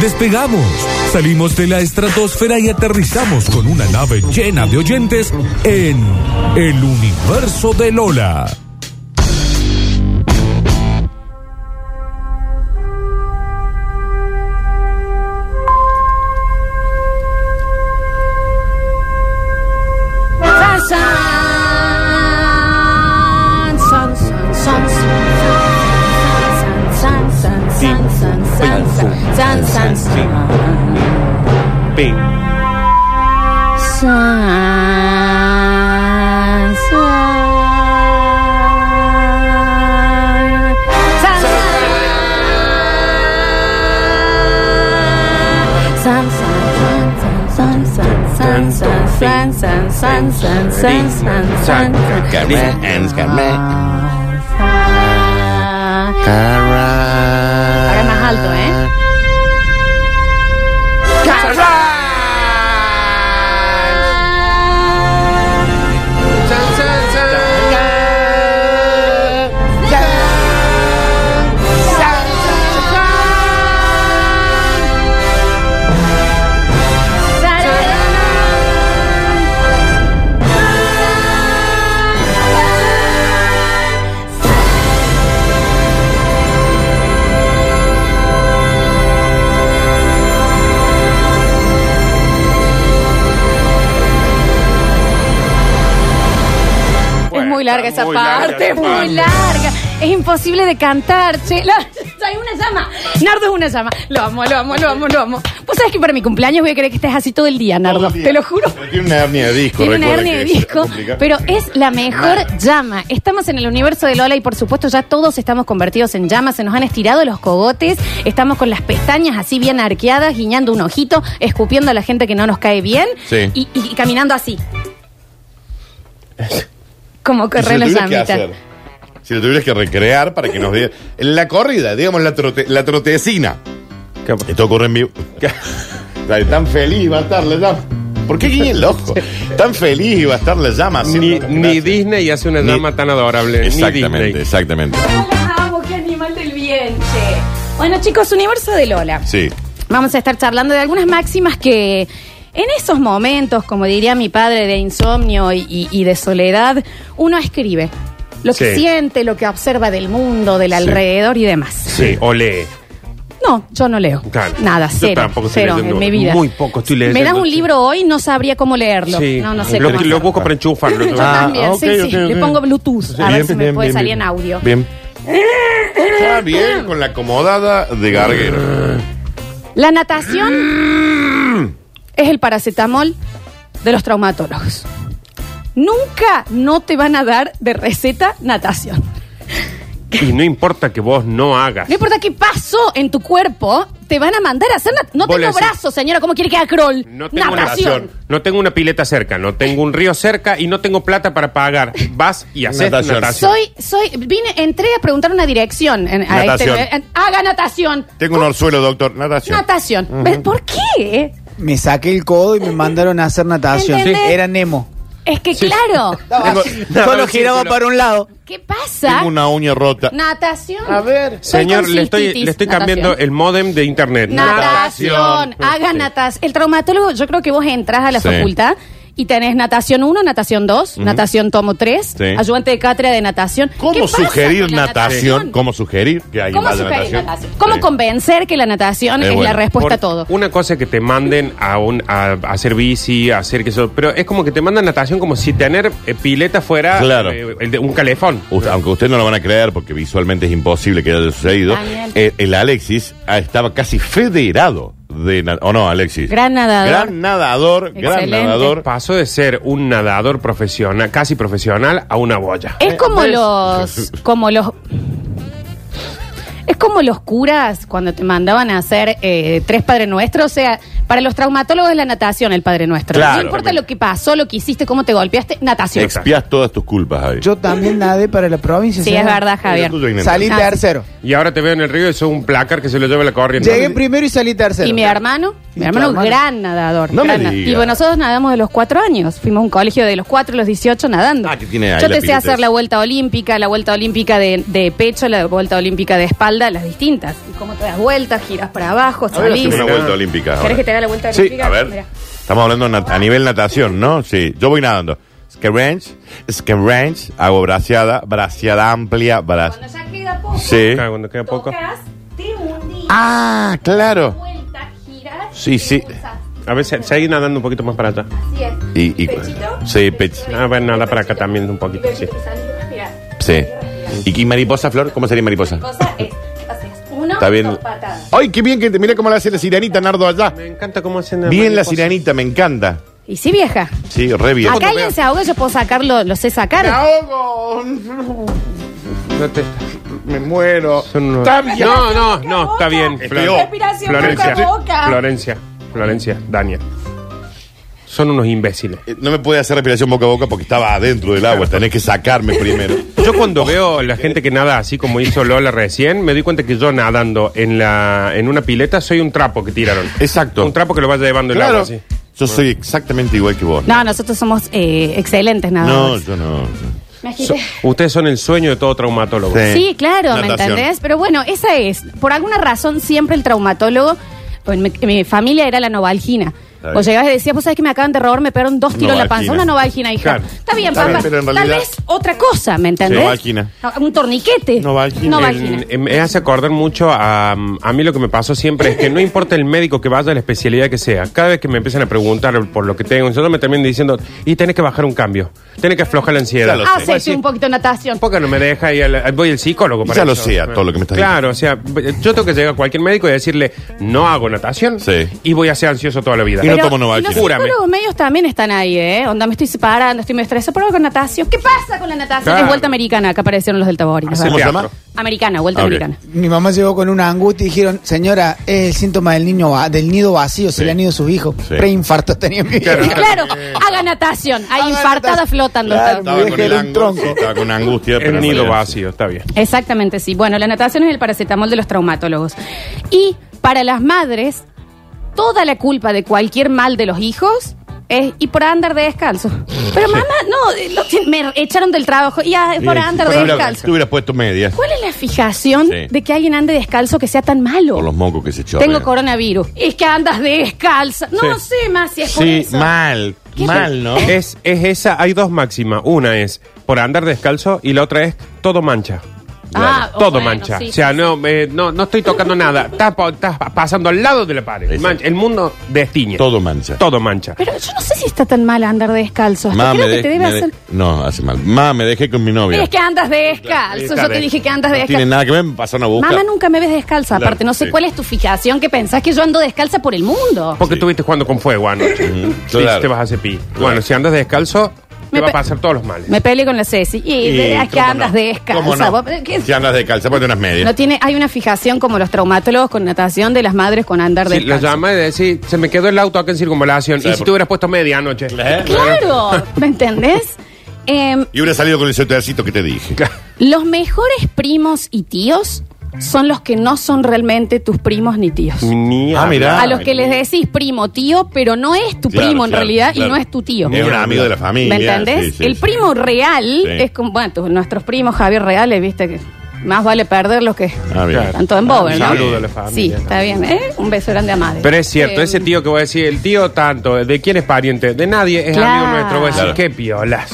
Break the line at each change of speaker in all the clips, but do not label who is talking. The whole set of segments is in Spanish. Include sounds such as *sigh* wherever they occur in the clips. Despegamos, salimos de la estratosfera y aterrizamos con una nave llena de oyentes en el universo de Lola.
San, san, san.
Ping.
San, san. San, san. San, san, san, san, san, san, san, san, san, san, san, san, san. Ahora más alto, ¿eh? Es muy larga esa
muy larga
parte,
esa
muy
parte.
larga. Es imposible de cantar, che. La- hay una llama. Nardo es una llama. Lo amo, lo amo, lo amo, lo amo. Vos sabés que para mi cumpleaños voy a querer que estés así todo el día, Nardo.
el día.
Te lo juro.
Pero Tiene una hernia de disco.
Tiene una
recuerda
hernia de
que es
disco,
complicado.
pero es la mejor llama. Estamos en el universo de Lola y por supuesto ya todos estamos convertidos en llamas. Se nos han estirado los cogotes, estamos con las pestañas así bien arqueadas, guiñando un ojito, escupiendo a la gente que no nos cae bien
Sí.
y, y caminando
*laughs*
así. Como
Y si
correr
lo
los
tuvieras que hacer, Si lo tuvieras que recrear para que nos diera. La corrida, digamos, la, trote- la trotecina. Esto ocurre en vivo. Está Tan feliz va a estar la llama. ¿Por qué guiña el ojo? Tan feliz iba a estar la llama. haciendo
Ni,
las
ni
gracias.
Disney hace una
Ni-
llama tan adorable. ni
Exactamente,
Disney.
exactamente.
qué animal del bien, che. Bueno, chicos, universo de Lola.
Sí.
Vamos a estar charlando de algunas máximas que en esos momentos, como diría mi padre, de insomnio y, y- y de soledad, uno escribe lo que
Sí.
siente, lo que observa del mundo, del alrededor y demás.
Sí, o lee.
No, yo no leo.
Claro.
Nada,
Yo
cero.
tampoco estoy
cero
leyendo.
en mi vida.
Muy poco estoy leyendo,
Me das un
sí.
libro hoy, no sabría cómo leerlo.
Sí.
No, no sé
lo,
cómo
lo
hacerlo.
busco para *laughs*
*laughs*
enchufarlo.
Yo
Ah,
también,
ok,
sí,
ok,
sí. Le
ok.
pongo Bluetooth, a ver
Bien,
si me
bien,
puede
bien,
salir
bien.
en audio.
Bien. Está bien con la acomodada de Garguero.
La natación es el paracetamol de los traumatólogos. Nunca no te van a dar de receta natación.
y no importa que vos no hagas.
No importa qué pasó en tu cuerpo, te van a mandar a hacer natación. No
Vos le
tengo
decís-
brazos, señora, ¿cómo quiere que haga crawl?
No tengo una
natación.
natación, no tengo una pileta cerca, no tengo un río cerca y no tengo plata para pagar. Vas y haces
Natación.
natación.
Soy, soy, vine, entré a preguntar una dirección. en- a este-
Natación.
en- haga natación.
Tengo un orzuelo, doctor. Natación.
Natación. ¿Ves? ¿Por qué?
Me saqué el codo y me mandaron a hacer natación.
¿Entendés?
Era
*laughs*
Nemo.
Es que
*laughs*
claro,
Tengo-
Solo giraba para un lado.
¿qué pasa?
tengo una uña rota.
Natación.
A ver.
Soy
Señor,
con
le estoy,
cistitis.
le estoy
Natación.
cambiando el modem de internet.
Natación, haga natación. El traumatólogo, yo creo que vos entras a la
Sí.
facultad y tenés natación 1, natación 2, natación tomo 3,
Sí.
ayudante de cátedra de natación. ¿Qué
¿Cómo
pasa
sugerir
con la
natación? ¿Cómo sugerir que hay
¿Cómo
más de
sugerir
natación?
natación? ¿Cómo
Sí.
convencer que la natación
Es
es,
bueno.
la respuesta
Por-
a todo?
Una cosa es que te manden a, un, a, a hacer bici, a hacer que eso, pero es como que te mandan natación como si tener eh, pileta fuera
Claro.
eh, el de- un calefón.
Usted- aunque ustedes no lo van a creer porque visualmente es imposible que haya sucedido,
Daniel.
eh, el Alexis ah, estaba casi federado de... na- ¿O no, Alexis?
Gran nadador.
Gran nadador, gran
Excelente.
nadador.
Pasó de ser un nadador profesional, casi profesional, a una boya.
eh,
Es como
¿ves? *laughs*
los. como los. Es como los curas cuando te mandaban a hacer eh, tres Padre Nuestro. O sea, para los traumatólogos es la natación el Padre Nuestro.
Claro.
no importa lo que pasó, lo que hiciste, cómo te golpeaste, natación.
Expias todas tus culpas, Javi.
Yo también nadé para la provincia.
Sí, es
señora.
verdad, Javier.
Lo tuyo, Inés.
Salí
Ah, sí.
tercero.
Y ahora te veo en el río y sos un placar que se lo lleva la corriente.
Llegué primero y salí tercero.
Y mi hermano,
¿Y
mi
tu
hermano,
hermano?
gran nadador.
No me
gran na-
digas.
Y bueno, nosotros nadamos de los cuatro años. Fuimos a un colegio de los cuatro a los 18 nadando.
Ah, que tiene ahí
Yo te
la
sé
pileta
hacer
esa.
la vuelta olímpica, la vuelta olímpica de, de pecho, la vuelta olímpica de espalda, las distintas. Y cómo te das vueltas, giras para abajo,
A ver, hacemos
salís.
una vuelta olímpica. ahora.
¿Querés que te haga la vuelta
Sí,
olímpica?
a ver.
Mira.
Estamos hablando nat- a nivel natación, ¿no? Sí. Yo voy nadando. Skirrange, skirrange, hago braceada, braceada amplia,
Cuando
braceada.
ya queda poco,
Sí.
Acá, Ah, cuando queda poco.
tocas, te hundís,
Ah, claro.
vuelta, girás,
Sí, sí.
pulsas.
A ver, se- seguí nadando un poquito más para atrás.
Así es.
Y- y-
Pechito,
sí,
pechito,
pech-
Ah, bueno, nada, para acá
pechito.
también un poquito,
Y pechito
sí.
y salís, respirás.
Sí. ¿Y qué mariposa, Flor? ¿Cómo sería mariposa?
Cosa es, haces uno,
Está bien.
dos patadas.
¡Ay, qué bien que te! Mira cómo la hace la sirenita, Nardo, allá.
Me encanta cómo hacen.
Bien la
mariposas.
sirenita, me encanta.
Y sí, vieja.
Sí, re bien.
Acá alguien se ahoga, yo puedo sacarlo, lo sé sacar.
¡Me ahogo!
No, te-
¡Me muero!
Oh, son unos-
Está bien.
no, no, no, está bien.
Es
Flor-
peor.
Respiración
Florencia,
por la boca.
Florencia, Florencia, Dania. Son unos imbéciles.
Eh, No me puede hacer respiración boca a boca porque estaba adentro del agua. Tenés que sacarme *laughs* primero.
Yo cuando veo la gente que nada así como hizo Lola recién, me doy cuenta que yo nadando en la en una pileta soy un trapo que tiraron.
Exacto.
Un trapo que lo vas llevando el
Claro.
agua así.
Yo soy exactamente igual que vos.
No, nosotros somos eh, excelentes nada
No,
más.
yo no.
Me agité.
So- ustedes son el sueño de todo traumatólogo.
Sí.
Sí, claro, ¿me
Natación.
entendés? Pero bueno, esa es. Por alguna razón, siempre el traumatólogo. pues, mi, mi familia era la novalgina.
Está bien.
Vos llegabas y decías, vos sabés que me acaban de robar, me pegaron dos tiros en la panza.
Novalgina.
Una novalgina, hija.
Claro.
Está bien,
Está
papá.
bien, pero en
Tal
realidad-
vez otra cosa, ¿me entendés?
Novalgina.
No, Un torniquete.
Novalgina.
Novalgina.
El- em, me hace acordar mucho a, a mí lo que me pasó siempre es que no importa el médico que vaya, la especialidad que sea, cada vez que me empiezan a preguntar por lo que tengo, nosotros me terminan diciendo, y tenés que bajar un cambio, tenés que aflojar la ansiedad.
Ya lo sé.
Hacete un poquito de natación.
Porque no me deja y al- voy al psicólogo para
Ya lo
eso.
sé, a todo lo que me estás
Claro, o sea, yo tengo que llegar a cualquier médico y decirle, no hago natación
Sí.
y voy a ser ansioso toda la vida.
Y no
Pero-
tomo Novalgina.
y Los
Júrame.
psicólogos medios también están ahí, ¿eh? Onda, me estoy separando, estoy muy estresado. Prueba con natación. ¿Qué pasa con la natación?
Claro.
Es vuelta americana, acá aparecieron los del Taborín. es
Hacer
¿Cómo
verdad.
se
teatro.
llama?
Americana, vuelta
Ah, ok.
americana.
Mi mamá llegó con una angustia y dijeron, señora, es el síntoma del niño va- del nido vacío, se
Sí.
le han ido sus hijos.
Sí.
Preinfarto tenía mi vieja.
*laughs*
Claro, haga natación. Hay
Haga
infartada
natación.
flotando.
Claro.
está.
Estaba con el
angu-
tronco.
sí, Estaba con angustia. pero
El
en
nido
realidad-
vacío, está bien.
Exactamente, sí. Bueno, la natación es el paracetamol de los traumatólogos. Y para las madres, toda la culpa de cualquier mal de los hijos es y por andar de descalzo. Pero mamá, no, eh, lo que- me echaron del trabajo y ah, es por
Sí,
andar
si
de
hubiera-
descalzo.
Tú hubieras puesto medias
¿Cuál es la fijación
Sí.
de que alguien ande descalzo que sea tan malo?
por los mocos que se chorrean.
Tengo coronavirus. Es que andas descalza. No sé más si es por
Sí,
eso.
mal.
¿Qué
Mal, ¿no?
Es, es esa, hay dos máximas. Una es por andar descalzo y la otra es todo mancha.
Ah, o
todo
bueno,
mancha.
sí,
o sea,
sí,
no, eh, no, no estoy tocando nada. Estás pa- estás pasando al lado de la pared.
Exacto.
Mancha. El mundo destiñe.
Todo mancha.
Todo mancha.
Pero yo no sé si está tan mal andar descalzo. Hasta
Ma,
creo
me
que te
dej-
debe
me
hacer.
dej- No, hace mal. Ma, me dejé con mi novia.
Es que andas descalzo. Yo te dije que andas
No tiene
descalzo.
nada que ver, me pasaron a buscar.
Mamá nunca me ves descalza.
Claro,
Aparte, no sé
sí.
cuál es tu fijación que pensás que yo ando descalza por el mundo.
Porque estuviste jugando con fuego anoche. Sí,
claro.
te vas a hacer pis. Bueno, si andas descalzo, te
Me
va a
pe-
pasar todos los males.
Me peleé con la Ceci. Y, de- es que
¿cómo
andas
no? ¿Cómo
descalza.
no?
vos- ¿qué-
Si andas descalza, ponte unas medias. ¿Eh?
No tiene, hay una fijación como los traumatólogos con natación de las madres con andar
Si la
descalzo.
llama y decís, se me quedó el auto acá en circunvalación.
Claro.
Y si te hubieras puesto media anoche.
Claro.
Claro, ¿me entendés? Em,
Y hubiera salido con el suétercito que te dije.
los mejores primos y tíos son los que no son realmente tus primos ni tíos.
Eh, Ni
Ah,
hablar.
mirá.
A los que les decís primo, tío, pero no es tu
Claro,
primo en
claro,
realidad
claro.
y no es tu tío.
Es un amigo de la familia.
¿Me entendés?
Sí, sí,
el
sí.
primo real
Sí.
es como, bueno, tus- nuestros primos Javier Reales, viste que más vale perderlos que
Ah, bien.
están todos en bober, ¿no?
Saludo a la
Oh, Sí,
familia.
está bien. ¿eh? Un beso grande a madre.
Pero es cierto,
Em,
ese tío que voy a decir, el tío tanto, ¿de quién es pariente? De nadie, es
Claro.
amigo nuestro. Voy a decir,
Claro.
qué piolas.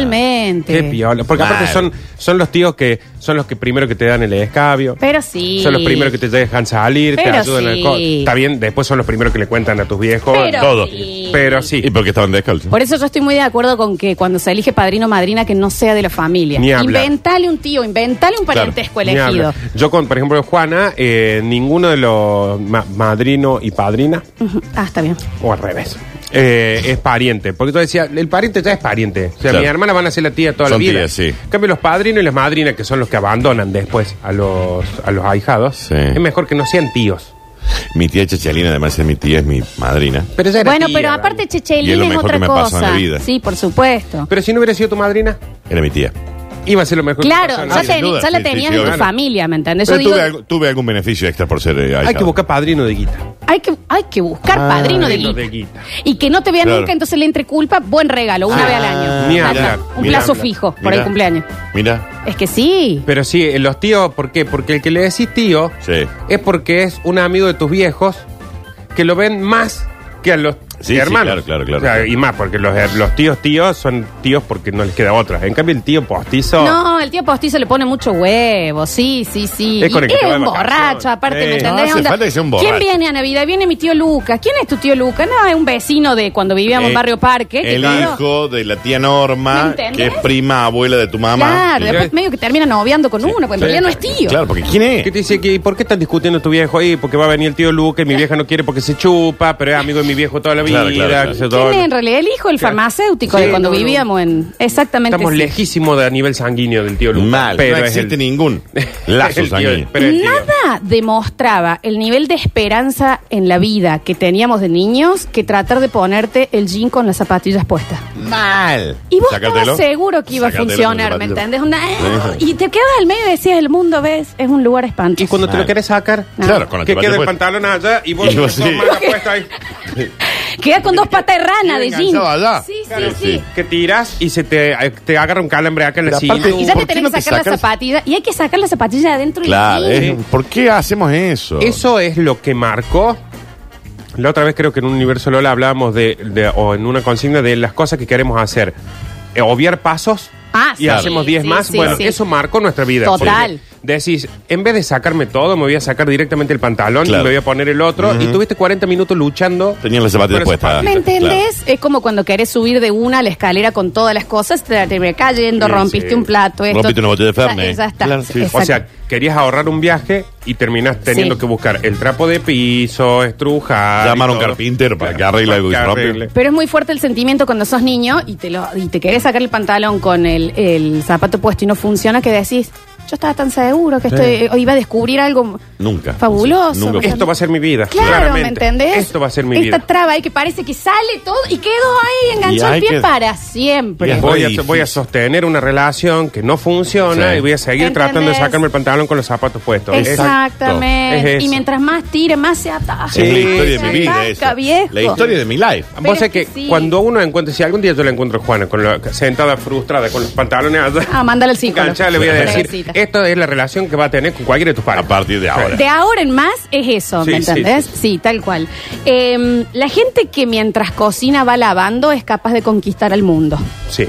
Totalmente.
Qué piola. Porque aparte
Mal.
son, son los tíos que son los que primero que te dan el escabio.
Pero sí.
Son los primeros que te dejan salir, te
Pero
ayudan en el
sí.
co- Está bien, después son los primeros que le cuentan a tus viejos.
Pero
todo.
sí.
Pero sí.
¿Y por qué estaban descalzos?
Por eso yo estoy muy de acuerdo con que cuando se elige padrino o madrina que no sea de la familia.
Ni hablar.
Inventale un tío, inventale un parentesco
Ni
elegido. *laughs*
hablar. Yo con, por ejemplo, Juana, eh, ninguno de los ma- madrino y padrina,
Ujú. Ah, está bien.
o al revés, eh, es pariente. Porque tú decías, el pariente ya es pariente. O sea,
Claro.
mis hermanas van a ser la tía toda
Son
la vida.
tías, sí.
En cambio, los padrinos y las madrinas, que son los que abandonan después a los, a los ahijados,
Sí.
es mejor que no sean tíos.
Mi tía Chachalina, además de mi tía, es mi madrina.
Pero ya era
Bueno,
tía,
pero
Dani.
aparte
Y es
Chechelín
lo
es
mejor
otra
que me pasó en la
cosa.
vida.
Sí, por supuesto.
Pero si no hubiera sido tu madrina,
Era mi tía.
y Iba a ser lo mejor. que
Claro,
pasó, ¿no?
ya,
sin
te-
duda,
ya la
sí, sí,
tenías
sí,
en tu
claro.
familia, ¿me entendés? Yo
Pero
digo,
tuve, algo- tuve algún beneficio extra por ser eh,
Hay que
ahijado.
buscar padrino de guita.
hay que, hay que buscar
Ah,
padrino de
padrino
guita.
de guita.
Y que no te vean
Claro.
nunca, entonces le entre culpa, buen regalo, una
Ah,
vez al año.
ni
Ya
hablar,
está. Un
ni
plazo
hablar.
fijo por
Mirá,
el cumpleaños.
Mira,
Es que sí.
Pero sí, eh, los tíos, ¿por qué? Porque el que le decís tío
Sí.
es porque es un amigo de tus viejos que lo ven más que a los
Sí, sí, claro,
hermanos.
claro, claro.
O sea, y más, porque los, los tíos tíos son tíos porque no les queda otra. En cambio, el tío postizo.
No, el tío postizo le pone mucho huevo, sí, sí, sí.
Es con
Y
el que te va de
un
vacaciones.
borracho, aparte,
Sí.
¿me
No
entendés?
hace falta que sea un borracho.
¿Quién viene a Navidad? Viene mi tío Lucas. ¿Quién es tu tío Lucas? No, es un vecino de cuando vivíamos en
eh,
Barrio Parque. que
El
quedó-
hijo de la tía
¿Me
Norma,
entendés?
que es prima abuela de tu mamá.
Claro, después medio que termina noviando con uno, porque en
Sí.
realidad no es tío.
Claro, porque ¿quién
¿Qué
es?
te dice? que- ¿Y por qué están discutiendo tu viejo ahí? Porque va a venir el tío Luca y mi vieja no quiere porque se chupa, pero es amigo de mi viejo toda la vida.
Claro, claro, claro.
que se todo-
¿Quién es en realidad el hijo? El
Claro.
farmacéutico
Sí,
de cuando
no, no.
vivíamos en. Exactamente.
Estamos
sí.
lejísimos de a nivel sanguíneo del tío Luca.
Mal,
pero
no
es
existe
el-
ningún
*laughs* es
lazo
el tío-
sanguíneo.
pero es el tío.
Nada demostraba el nivel de esperanza en la vida que teníamos de niños que tratar de ponerte el jean con las zapatillas puestas.
Mal.
Y vos
Sácatelo.
estabas seguro que iba a
Sácatelo con
funcionar,
zapatito.
¿me entendés? Una- Ah,
Sí.
y te quedabas al medio y decías, el mundo, ¿ves? Es un lugar espantoso.
Y cuando te
Mal.
lo querés sacar,
No.
Claro, con la
que quede el
puesta.
pantalón allá y vos
pues. Y vos
con
sí.
manga
*laughs*
puesta ahí.
Quedas con dos patas de rana de jean.
Enganchado allá.
Sí, sí,
Claro,
sí.
que tiras y se te, eh, te agarra un calambre acá en la
Pero
silla.
aparte-
Y ya
¿Por
te
qué
tenés
no
que
te
sacar la
sacas?
zapatilla. Y hay que sacar la zapatilla adentro
Claro,
del jean.
¿eh? ¿por qué hacemos eso?
Eso es lo que marcó. La otra vez creo que en un universo Lola hablábamos de, de- o en una consigna de las cosas que queremos hacer. Eh, obviar pasos
Ah,
y
sí,
hacemos 10
sí,
más.
sí,
bueno,
sí.
eso marcó nuestra vida.
Total.
porque Decís, en vez de sacarme todo, me voy a sacar directamente el pantalón
Claro.
y me voy a poner el otro. Y tuviste 40 minutos luchando.
Tenían las zapatillas
Bueno,
puestas.
¿Me
Claro.
entendés? Es como cuando querés subir de una a la escalera con todas las cosas, te terminé cayendo,
Sí,
rompiste
sí.
un plato, esto.
Rompiste una botella de Fernet.
Ya, ya está.
Claro, sí.
O
Exacto.
sea, querías ahorrar un viaje y terminás teniendo
Sí.
que buscar el trapo de piso, estrujar.
Llamar a
y
un
todo.
carpintero para que
Claro,
arregle algo que
para
se rompió.
arregle.
pero es muy fuerte el sentimiento cuando sos niño y te, lo, y te querés sacar el pantalón con el, el zapato puesto y no funciona, que decís, yo estaba tan seguro que estoy, eh, iba a descubrir algo
Nunca.
fabuloso.
Nunca.
Esto va a ser mi vida.
Claro,
claramente.
¿me entendés?
Esto va a ser mi
Esta
vida.
traba ahí que parece que sale todo y quedó ahí
Y
enganchado
hay
el pie
que-
para siempre.
Y es
Voy
re
a,
difícil.
voy a sostener una relación que no funciona
Sí.
y voy a seguir
¿Entendés?
tratando de sacarme el pantalón con los zapatos puestos.
Exactamente.
Es eso.
y mientras más tire, más se ataja.
Sí, es la historia de
Se
mi vida.
ataca,
eso.
viejo.
La historia de mi life.
Pero
Vos sabés que,
es que sí.
cuando uno encuentra, si algún día yo la encuentro a Juana, con la- sentada frustrada, con los pantalones allá,
Ah, mándale al psicólogo.
enganchada, le voy a decir,
Pobrecita.
esto es la relación que va a tener con cualquiera de tus
A
padres.
partir de ahora.
De ahora en más es eso, ¿me
Sí, sí,
entendés? Sí, tal cual. Eh, la gente que mientras cocina va lavando es capaz de conquistar al mundo.
Sí.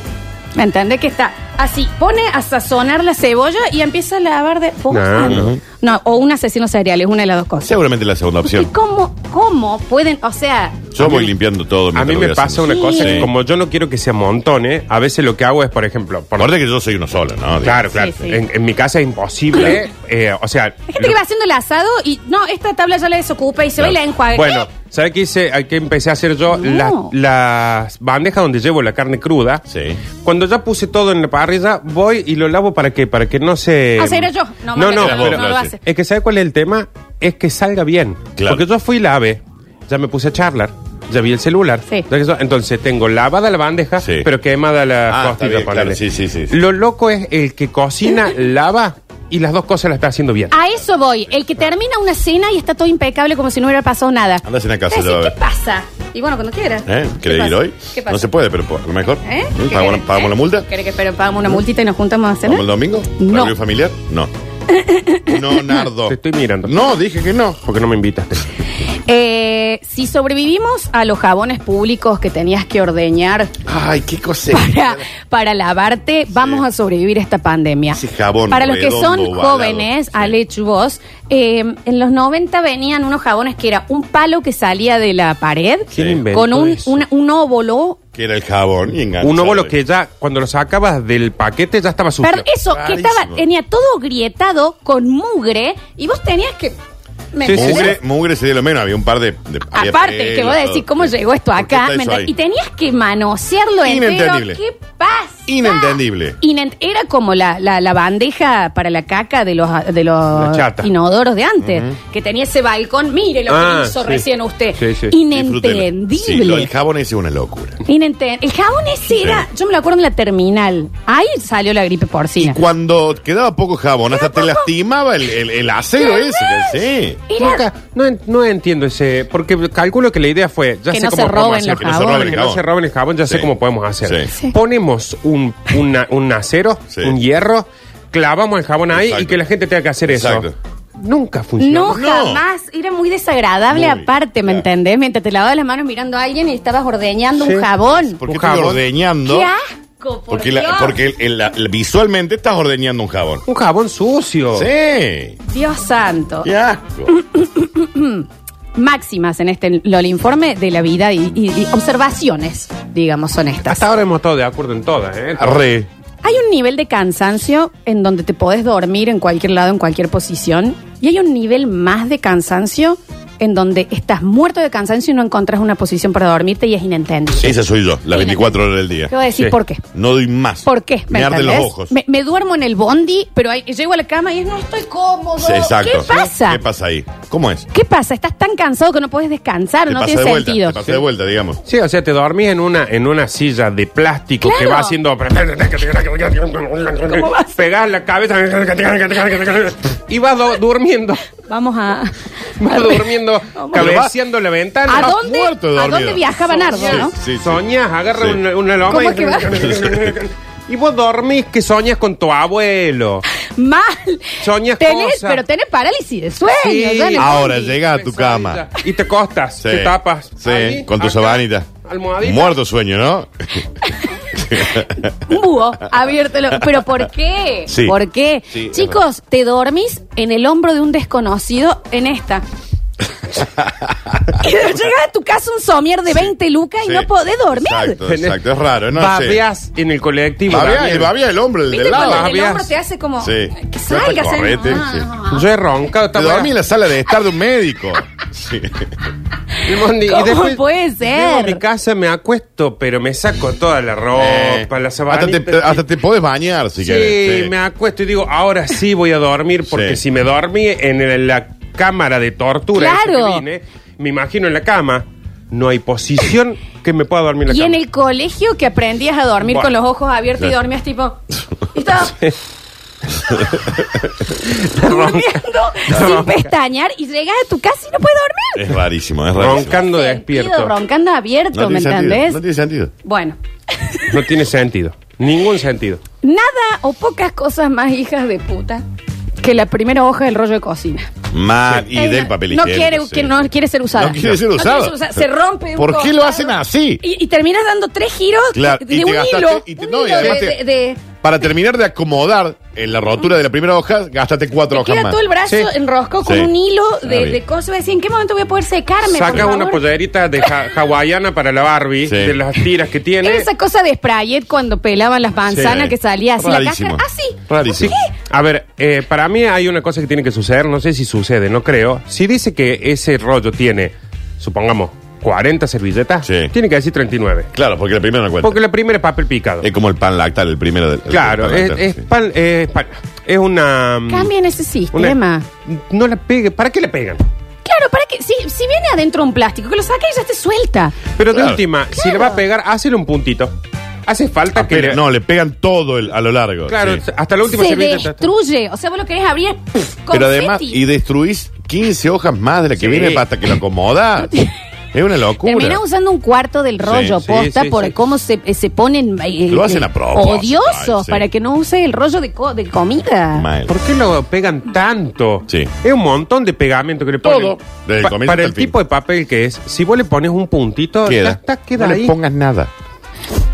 ¿Me entendés? Que está así, pone a sazonar la cebolla y empieza a lavar de... ¿Vos?
No,
Ah,
no.
No, o un asesino serial, es una de las dos cosas.
Seguramente la segunda
¿Y
opción.
cómo, cómo pueden, o sea,
Yo
A
voy
mí-
limpiando todo.
A
mientras
mí
lo
me
voy
pasa
haciendo.
una cosa,
Sí.
que como yo no quiero que se amontone, a veces lo que hago es, por ejemplo, por
Aparte que yo soy uno solo, ¿no?
Claro, claro.
sí.
En, en mi casa es imposible.
*laughs*
eh, o sea.
hay gente
lo-
que va haciendo el asado y no, esta tabla ya la desocupa y se va y la enjuaga.
Bueno, ¿sabes qué hice? Ay, ¿Qué empecé a hacer yo?
No.
La- las bandejas donde llevo la carne cruda.
Sí.
Cuando ya puse todo en la parrilla, voy y lo lavo para qué? Para que no se.
Ah, o sea, era yo. No,
no,
mami,
no,
no,
no,
pero-
no lo hace.
Es que ¿sabes cuál es el tema? Es que salga bien.
Claro.
Porque yo fui y lavé, ya me puse a charlar. Ya vi el celular.
Sí.
Ya que so- Entonces tengo lavada la bandeja,
Sí.
pero quemada la
Ah, está
costilla.
bien, claro,
ponele.
sí, sí, sí, sí.
Lo loco es el que
*laughs*
cocina, lava y las dos cosas las está haciendo bien.
A eso voy. El que termina una cena y está todo impecable como si no hubiera pasado nada.
Anda a cenar a casa,
Te
ya va a
decís,
ver.
¿Qué pasa? Y bueno, cuando quieras.
¿Eh?
¿Qué
¿Querés ir
pasa?
hoy?
¿Qué pasa?
No se puede, pero por- a lo mejor.
¿Eh?
¿Mm?
¿Qué
¿Pagamos,
querés?
pagamos la
¿Eh?
multa? ¿Eh?
¿Querés que pero pagamos una multita y nos juntamos a cenar?
¿Vamos el domingo?
No.
¿Reunión familiar?
*laughs*
No. No, Nardo.
Te estoy mirando.
No, dije que no.
Porque no me invitaste.
Eh, si sobrevivimos a los jabones públicos que tenías que
*laughs*
ordeñar
Ay, qué cosa.
para, para lavarte, vamos a sobrevivir a esta pandemia.
Ese jabón
para los que
redondo,
son
ovalado.
jóvenes,
Sí.
Alech, vos, eh, en los 90 venían unos jabones que era un palo que salía de la pared
¿Quién inventó
con un,
eso?
una- un óvulo.
Que era el jabón y enganchado.
Un óvulo que ya, cuando lo sacabas del paquete, ya estaba sucio.
Pero eso, que
Rarísimo.
estaba, tenía todo grietado con mugre y vos tenías que... ¿me
Sí, sí,
entendés?
Mugre, mugre sería lo menos. Había un par de. de- había
Aparte, que
pelo,
vos decís,
todo.
¿cómo
Sí.
llegó esto
¿Por qué
acá?
está
¿Me
eso
entendés?
ahí?
Y tenías que manosearlo entero.
Inentendible.
¿Qué pasa?
inentendible.
Inent- era como la, la, la bandeja para la caca de los, de
La
los
chata.
inodoros de antes, que tenía ese balcón. Mire lo
Ah,
que hizo
sí.
recién usted.
Sí, sí.
Disfrútenlo. Sí, lo
Inentendible.
del jabón ese es una locura.
Inenten- El jabón ese era, yo me lo acuerdo en la terminal. Ahí salió la gripe porcina.
Cuando quedaba poco jabón, hasta te
poco.
lastimaba el, el, el acero ese. que sí.
Era-
Nunca, no, en- no entiendo ese, porque calculo que la idea fue, ya
Que
sé
no
cómo
se
podemos
roben
hacer.
los
Que no se roben el
Que
jabón.
no se roben el jabón, ya sé
Sí.
cómo podemos hacer.
Sí.
Sí.
Ponemos un, una- un acero,
Sí.
un hierro, clavamos el jabón ahí
Exacto.
y que la gente tenga que hacer
Exacto.
eso. Nunca
No,
funcionó.
No.
jamás. Era muy desagradable
Muy,
aparte, ¿me
claro.
entendés? Mientras te lavabas las manos mirando a alguien y estabas ordeñando
Sí.
un jabón.
¿Por qué
Un
estoy
jabón.
ordeñando?
¡Qué asco! Por
Porque, la-
Dios.
porque el- el- la- visualmente estás ordeñando un jabón.
Un jabón
Oh.
sucio.
Sí.
Dios santo.
Qué asco.
Máximas en este LOL informe de la vida y, y- y observaciones, digamos, honestas.
Hasta ahora hemos estado de acuerdo en todas, ¿eh?
Arre.
Hay un nivel de cansancio en donde te podés dormir en cualquier lado, en cualquier posición. Y hay un nivel más de cansancio en donde estás muerto de cansancio y no encontrás una posición para dormirte y es inentendible.
Esa soy yo, las
Sí,
24 horas del día.
Te voy a decir
Sí.
por qué.
No doy más.
¿Por qué?
Me, arden los
entendés?
ojos.
Me, me duermo en el bondi, pero ahí- llego a la cama y es, no estoy cómodo.
Sí, exacto.
¿Qué pasa?
¿Qué pasa ahí? ¿Cómo es?
¿Qué pasa? Estás tan cansado que no puedes descansar,
Te
no
pasa
tiene
de vuelta,
sentido.
Te pasa de vuelta, digamos.
Sí, o sea, te dormís en una, en una silla de plástico
Claro.
que va haciendo. Pegás la cabeza y vas do- durmiendo.
Vamos
*laughs*
a.
Vas
*laughs*
durmiendo, cabeceando la ventana.
¿A
Vas-
dónde,
muerto de
¿a
dormido.
dónde viajaba Nardo,
Sí,
no?
sí, sí.
Soñás, agarra
Sí.
una, una loma
¿Cómo
y,
que va?
*laughs* y vos dormís que soñas con tu abuelo.
Mal.
Soñás
Tenés-
cosas.
pero tenés parálisis de sueño.
Sí.
ya en el
Ahora
bondi.
llega a tu cama.
Y te costas,
Sí.
te tapas.
Sí,
Ahí,
con tu
acá,
sabanita.
Almohadita.
Muerto sueño, ¿no?
Un búho, abiértelo. ¿Pero por
*laughs*
qué?
Sí.
¿Por qué?
Sí, es
Chicos, te dormís en el hombro de un desconocido en esta. *laughs*
*laughs*
y llegas a tu casa un somier de 20 lucas y
Sí.
no podés dormir.
Exacto, exacto. Es raro, ¿no? sé.
Babeás en el colectivo.
Babea,
Daniel.
el babea el hombre, el
¿Viste
del lado.
cuando en el
habías-
hombro te hace como
Sí.
que salgas?
Correte,
¿eh?
sí.
Yo he roncado.
Te
estaba-
dormí en la sala de estar de un médico. *laughs* Sí.
El bondi,
¿Cómo puede ser?
llego a mi casa, me acuesto, pero me saco toda la
Eh,
ropa, la
hasta,
sabanita.
te, hasta te podés bañar si
sí,
querés. sí.
me acuesto y digo, ahora sí voy a dormir, porque
Sí.
si me dormí en el- la cámara de tortura esa
Claro.
que vine, me imagino en la cama, no hay posición que me pueda dormir en la
Y en
cama.
el colegio que aprendías a dormir
Bueno.
con los ojos abiertos y
Claro.
dormías
*laughs*
tipo. y estabas *laughs* durmiendo sin pestañear y llegas a tu casa y no puedes dormir.
Es rarísimo, es rarísimo.
Roncando
Sentido,
despierto.
roncando abierto,
No
¿me
tiene sentido,
entendés?
No tiene sentido.
Bueno,
No tiene sentido. Ningún sentido.
nada o pocas cosas más hijas de puta que la primera hoja del rollo de cocina.
Mal, y
Eh,
del papel
no
higiénico,
quiere,
sí.
que no quiere ser usada.
No quiere ser usada.
usada. Se rompe. de un
¿Por qué lo
costado
hacen así?
Y, y terminas dando tres giros
Claro,
de,
y
de
te
un
gastaste-
hilo.
y te-
un
no, y
hilo
además
de-
te-
de- de-
Para terminar de acomodar en la rotura de la primera hoja, gastaste cuatro
Te
hojas
queda
más.
todo el brazo
Sí.
enroscado con
Sí.
un hilo
Ah,
de,
bien.
de cosas. Voy a decir, ¿en qué momento voy a poder secarme? por
Saca una
favor?
pollerita de ja- hawaiana para la Barbie,
Sí.
de las tiras que tiene.
Esa cosa de sprayet cuando pelaban las manzanas
Sí.
que salía así
Rarísimo.
la caja. Así.
Rarísimo.
¿Por qué?
A ver, eh, para mí hay una cosa que tiene que suceder, no sé si sucede, no creo. Si dice que ese rollo tiene, supongamos, 40 servilletas,
Sí.
tiene que decir 39.
Claro, porque la primera no cuenta.
Porque la primera es papel picado.
Es como el pan lactal, el primero del. el
claro,
pan
es,
lactal,
es
Eh, sí.
pan- eh, pan- es una... mm,
Cambien ese
una-
sistema.
no la pegue, ¿para qué la pegan?
Claro, para que si, si viene adentro un plástico, que lo saque y ya esté suelta.
Pero
Claro.
de última, si le va a pegar, hazle un puntito. Hace falta que...
Ah, Pero
le-
no, le pegan todo el- a lo largo.
claro,
sí.
hasta la última
Se
servilleta.
destruye. O sea, vos lo querés abrir pff, con
Pero además, y destruís 15 hojas más de la que
Sí.
viene hasta que lo
*laughs*
acomodás. es una locura.
Termina usando un cuarto del rollo
sí,
posta
sí,
por
sí.
cómo se, eh, se ponen eh,
Lo hacen
eh,
a propósito, ay,
odiosos
sí.
para que no use el rollo de, co- de comida.
Mal.
¿Por qué lo pegan tanto?
Sí.
Es un montón de pegamento que le ponen.
Todo, desde el comienzo
para
hasta
el
el fin.
tipo de papel que es, si vos le pones un puntito,
Queda.
ya está, queda
no
ahí.
le pongas nada.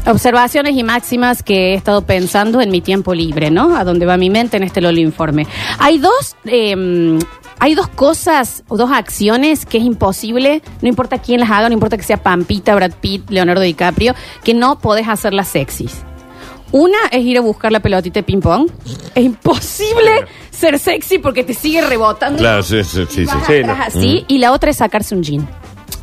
Observaciones y máximas que he estado pensando en mi tiempo libre, ¿no? A donde va mi mente en este Lolo Informe. Hay dos, eh, hay dos cosas, o dos acciones que es imposible, no importa quién las haga, no importa que sea Pampita, Brad Pitt, Leonardo DiCaprio, que no podés hacerlas sexys. Una es ir a buscar la pelotita de ping-pong. Es imposible ser sexy porque te sigue rebotando.
Claro, sí, sí, sí.
Y vas
sí. Mm.
sí,
atrás
no.
así. Y la otra es sacarse un jean.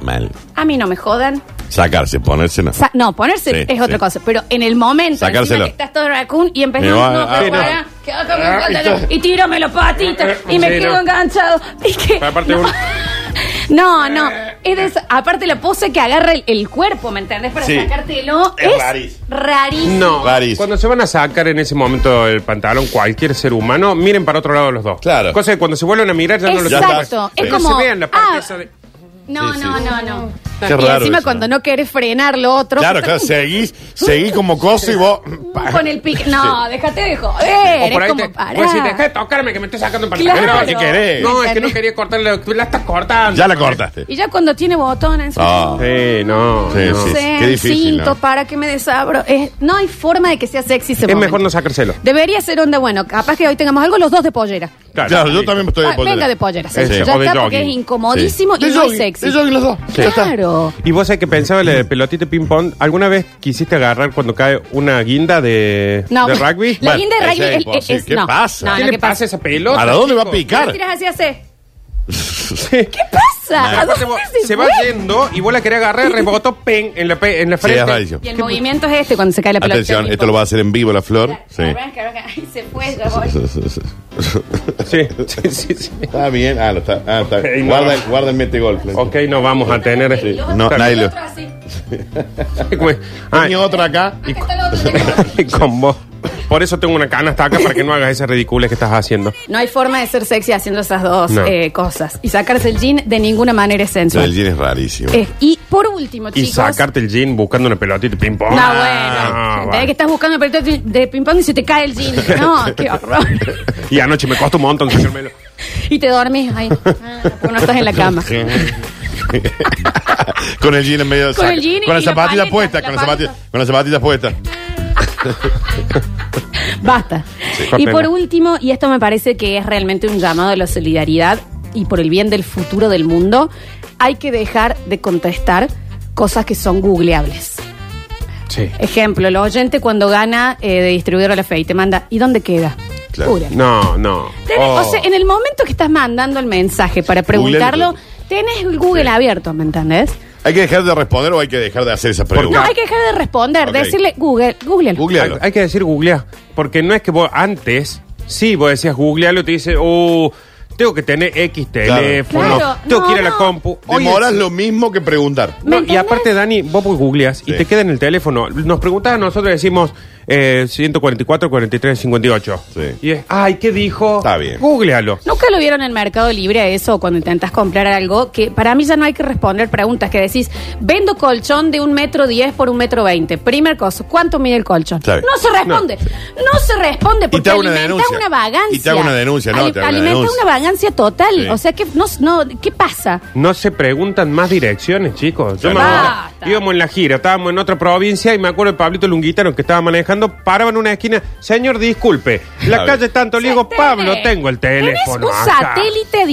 Mal.
A mí no me jodan.
Sacarse, ponerse no.
Sa- no, ponerse
Sí,
es
sí.
otra cosa, pero en el momento encima
Sacárselo.
que estás todo raccoon y empezás
Me va-
no,
ah,
pero
no.
pará, que acá me
Ah,
encuentro-
esto-
y tírame los patitos y me
Sí,
quedo
no.
enganchado. Es que-
Pero aparte
no.
un-
*laughs* No, no, es de esa- aparte la pose que agarra el, el cuerpo, ¿me entendés? Para
Sí.
sacártelo
Es
es,
rarísimo.
rarísimo.
No.
Rarísimo.
Cuando se van a sacar en ese momento el pantalón cualquier ser humano, miren para otro lado los dos.
Claro.
Cosa que cuando se vuelven a mirar ya no lo
Exacto,
Ya
es
está.
No
como
se vean la parte
ah,
esa de-
No,
Sí, sí.
no, no, no.
Qué
y
raro
encima
eso,
cuando
¿no?
no querés frenar lo otro.
Claro, claro, seguís, seguís como cosa y vos. pa.
Con el
*laughs*
pique. No, déjate de joder.
O por
es
ahí
como
te,
pará.
pues si dejá de tocarme que me estoy sacando un
Claro.
pantalón.
Pero, ¿qué querés?
No, es que no quería cortarla, tú la estás cortando.
Ya la cortaste.
Y ya cuando tiene botón
Ah.
encima.
Sí, no.
Sí,
no.
sí.
sé,
qué difícil,
cinto
¿no?
para que me desabro. Es- no hay forma de que sea sexy ese
Es
momento.
mejor no sacárselo.
Debería ser onda, bueno, capaz que hoy tengamos algo los dos de pollera.
Claro, yo también estoy de
Ah,
pollera.
venga de pollera, sí.
Eso,
Ya
o
está
de
porque es
jogging.
incomodísimo
Sí.
y
De
no es
jogging,
sexy.
de jogging los dos. Ya está.
Claro.
Y vos sabés que pensaba la de pelotita ping-pong. ¿Alguna vez quisiste agarrar cuando cae una guinda de,
No.
de rugby?
La
Bueno,
guinda de
ese
rugby es,
es
es-
imposible.
es-
¿Qué
no.
pasa?
No,
¿Qué
no,
le
¿qué
pasa
pasa?
a esa pelota?
¿Para dónde va a
chico?
¿Qué
picar?
tiras así hace?
Sí.
¿Qué pasa? ¿A
Aparte,
dónde
vos-
se
se va
fue?
yendo y vos la querés agarrar, rebotó pen en la, pe- en la
Sí, es
frente.
rarísimo.
Y el movimiento es este cuando se cae la pelota.
Atención, esto lo va a hacer en vivo la flor. Sí.
Arranca, arranca. Ay, se fue, ya voy.
sí, sí, sí, sí.
Está bien. Ah, lo está. Ah, está.
Ok, no.
Guarda, guarda el mete gol.
Ok, no vamos a tener.
Y
*laughs*
los
este- No,
otros-
nadie
y
lo-
otro así.
Ah,
Tenía otro acá.
Acá está el Este otro, tengo otro.
y con vos. Por eso tengo una canasta acá para que no hagas esas ridiculas que estás haciendo.
*laughs* No hay forma de ser sexy haciendo esas dos
No.
eh, cosas. Y sacarse el jean de ninguna manera es sensual.
El jean es rarísimo.
Eh, y por último,
Y Ah,
chicos.
sacarte el jean buscando una pelotita ping pong.
No, bueno. Entendés que estás buscando el pelotón de ping-pong y se te cae el jean. No, qué horror.
Y anoche me costó un montón sacármelo.
Y te dormís. Ay, ah, porque no estás en la cama.
*laughs* con el jean en medio de
Con
saca-
el jean y
Con la
la
zapatilla
paleta,
puesta.
la
Con la
paleta.
zapatilla, con la zapatilla puesta.
Basta. Y
Cortenla.
por último, y esto me parece que es realmente un llamado a la solidaridad y por el bien del futuro del mundo, hay que dejar de contestar cosas que son googleables.
Sí.
Ejemplo, el oyente cuando gana eh, de distribuidor a la fe y te manda, ¿y dónde queda?
Claro. Oh.
Pura.
No, no.
Tenés- O sea, en el momento que estás mandando el mensaje para preguntarlo, tenés el Google abierto, ¿me entendés?
¿Hay que dejar de responder o hay que dejar de hacer esa
No,
pregunta?
hay que dejar de responder,
Ok.
decirle Google, Google.
hay,
Googlealo.
hay que decir googlear. Porque no es que vos antes, sí, vos decías googlealo y te dice, oh, tengo que tener X
Claro.
teléfono,
Claro,
tengo que
no,
ir a la
no.
compu. Hoy
Demoras
es-
lo mismo que preguntar.
¿Me
No, y
entendés?
aparte, Dani, vos pues googleas y
Sí.
te queda en el teléfono. Nos preguntás a nosotros, decimos eh, 144, 43, 58.
Sí.
Y es, ay, ¿qué dijo?
Está bien.
Googlealo.
Nunca lo vieron en Mercado Libre a eso cuando intentas comprar algo que para mí ya no hay que responder preguntas que decís, vendo colchón de un metro diez por un metro veinte. Primer cosa, ¿cuánto mide el colchón?
Está bien.
No se responde, no, se responde porque
hago una
alimenta
denuncia.
una vagancia.
Y te hago una denuncia, no,
Ali-
te hago una
alimenta
denuncia.
una vagancia total.
Sí.
O sea que no, no, ¿qué pasa?
No se preguntan más direcciones, chicos. Yo me
Basta.
acuerdo, íbamos en la gira, estábamos en otra provincia y me acuerdo de Pablito Lunguitano que estaba manejando, paraba en una esquina. Señor, disculpe, la
Claro.
calle tanto. Le digo,
Tenés-
Pablo, tengo el teléfono.
Tenés un
acá".
satélite a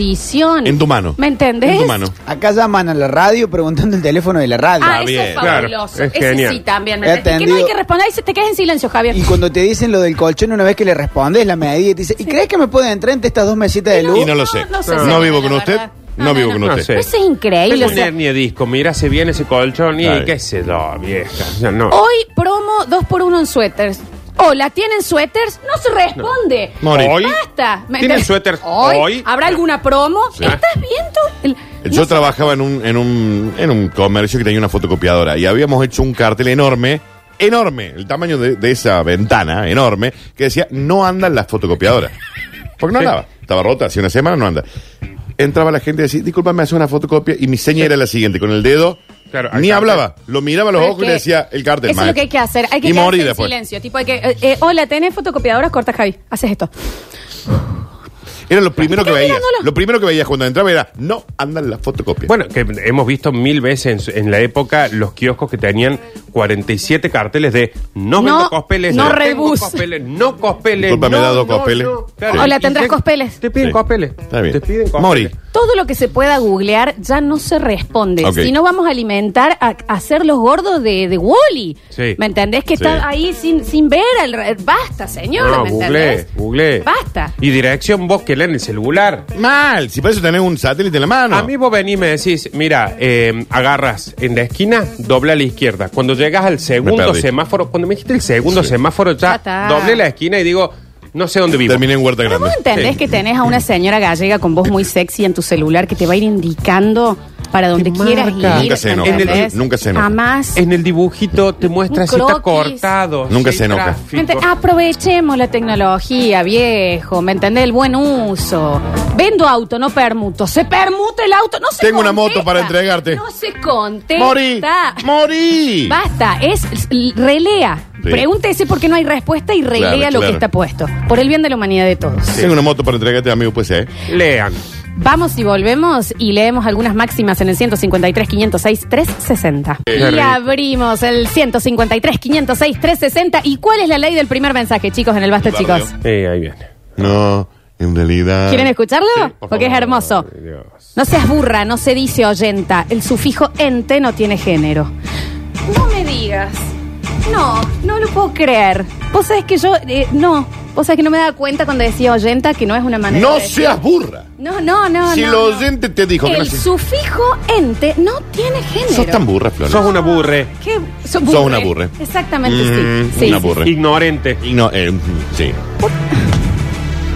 disposición.
En tu mano.
¿Me entendés?
En tu mano.
Acá llaman a la radio preguntando el teléfono de la radio.
Ah, eso
bien.
es fabuloso.
Claro, es
Ese
genial.
sí también.
He
¿me entendés? Que no hay
atendido-
que responder y se te quedas en silencio, Javier.
Y cuando te dicen lo del colchón, una vez que le respondes la medida, y te dice, ¿y crees que me puede entrar entre estas dos mesitas de luz?
Y no lo sé.
No, no sé,
No,
señora,
vivo con
la
usted.
verdad.
No,
No,
vivo
no,
con
no.
usted.
sé.
Eso es increíble.
Tengo
o
un
sea,
hernia disco, mira, se viene ese colchón y
Ay.
qué se da, vieja. O sea, no.
hoy promo 2x1 en suéteres. Hola, ¿tienen suéteres? No se responde.
Morí.
Hoy
Basta. ¿me
¿Tienen
entendés?
suéteres hoy?
¿Habrá alguna promo? ¿Estás viendo? El-
Yo trabajaba en un, en un en un comercio que tenía una fotocopiadora y habíamos hecho un cartel enorme, enorme, el tamaño de, de esa ventana, enorme, que decía, no andan las fotocopiadoras. Porque no
Sí.
andaba. Estaba rota, hace una semana no anda. Entraba la gente y decía, disculpa, me hace una fotocopia y mi seña era la siguiente, con el dedo.
Claro, al
ni
cartel.
hablaba, lo miraba a los
Pero
ojos y
que
le decía el cartel.
Eso es lo
maestro".
que hay que hacer. Hay que
y
quedarse
morí
en
después.
silencio. Tipo, hay que, eh, eh, hola, ¿tenés fotocopiadoras? Corta, Javi. Haces esto.
Era lo primero que
Estoy
veías.
mirándolo.
Lo primero que veías cuando entraba era, no andan las fotocopias.
Bueno, que hemos visto mil veces en, su- en la época los kioscos que tenían 47 carteles de
No,
no, vendo cospeles,
no
tengo
Rebus.
cospeles, no cospeles.
Disculpa, me
no,
da dos
no,
cospeles.
no.
Sí.
Hola,
Y
¿tendrás
te-
cospeles?
Te piden
Sí.
cospeles.
Está bien.
Te piden cospeles.
Mori.
Todo lo que se pueda googlear ya no se responde.
Ok.
Si no vamos a alimentar a, a ser los gordos de, de Wally.
Sí.
¿Me entendés? Que
Sí.
está ahí sin, sin ver al re- Basta, señor.
No,
¿me
google,
entendés?
google.
Basta.
Y dirección vos que leen el celular.
Ah, Mal, si para eso tenés un satélite en la mano.
A mí vos venís y me decís, mira, eh, agarras en la esquina, dobla a la izquierda. Cuando llegas al segundo
perdí.
semáforo, cuando me dijiste el segundo
Sí.
semáforo,
Ya
ya
está.
doblé la esquina y digo, no sé dónde vivo.
Terminé en Huerta
Pero
Grande.
vos entendés
Sí.
que tenés a una señora gallega con voz muy sexy en tu celular que te va a ir indicando para donde
Te
quieras
marca.
ir.
Nunca
se
¿me
enoja,
entendés?
nunca se enoja.
Jamás.
En el dibujito te muestra
Un
si está
croquis.
cortado.
Nunca
si
se
hay
enoja.
tráfico.
Gente, ah. aprovechemos la tecnología, viejo. ¿Me entendés? El buen uso. Vendo auto, no permuto. Se permuta el auto, no se
Tengo una
contesta.
moto para entregarte.
No se contesta.
Mori. Mori.
Basta, es l- relea.
Sí.
Pregúntese por qué no hay respuesta y relea
Claro,
lo
claro.
que está puesto. Por el bien de la humanidad de todos.
Tengo una moto para entregarte, amigo, pues, ¿eh?
Lean.
Vamos y volvemos y leemos algunas máximas en el 153 506 360.
Qué
Y
rico.
abrimos el 153 506 360. ¿Y cuál es la ley del primer mensaje, chicos, en el basta,
Bardeo.
chicos?
Eh, ahí viene.
No, en realidad.
¿Quieren escucharlo?
Ah. Sí, por
Porque es
favor.
hermoso.
Dios.
No seas burra, no se dice oyenta. El sufijo ente no tiene género. No me digas. No, no lo puedo creer. Vos sabés que yo. eh, no. Vos sabés que no me daba cuenta cuando decía oyenta que no es una manera.
No
de decir-
seas burra.
No, no, no.
Si
no,
lo
no.
oyente te dijo que
El
no se-
sufijo ente no tiene género.
Sos tan burra, Flor.
Sos una burre.
¿Qué? Sos
Sos una burre.
Exactamente,
Mm,
sí. sí.
una
sí.
burre.
Ignorante.
Y no, eh, mm, sí.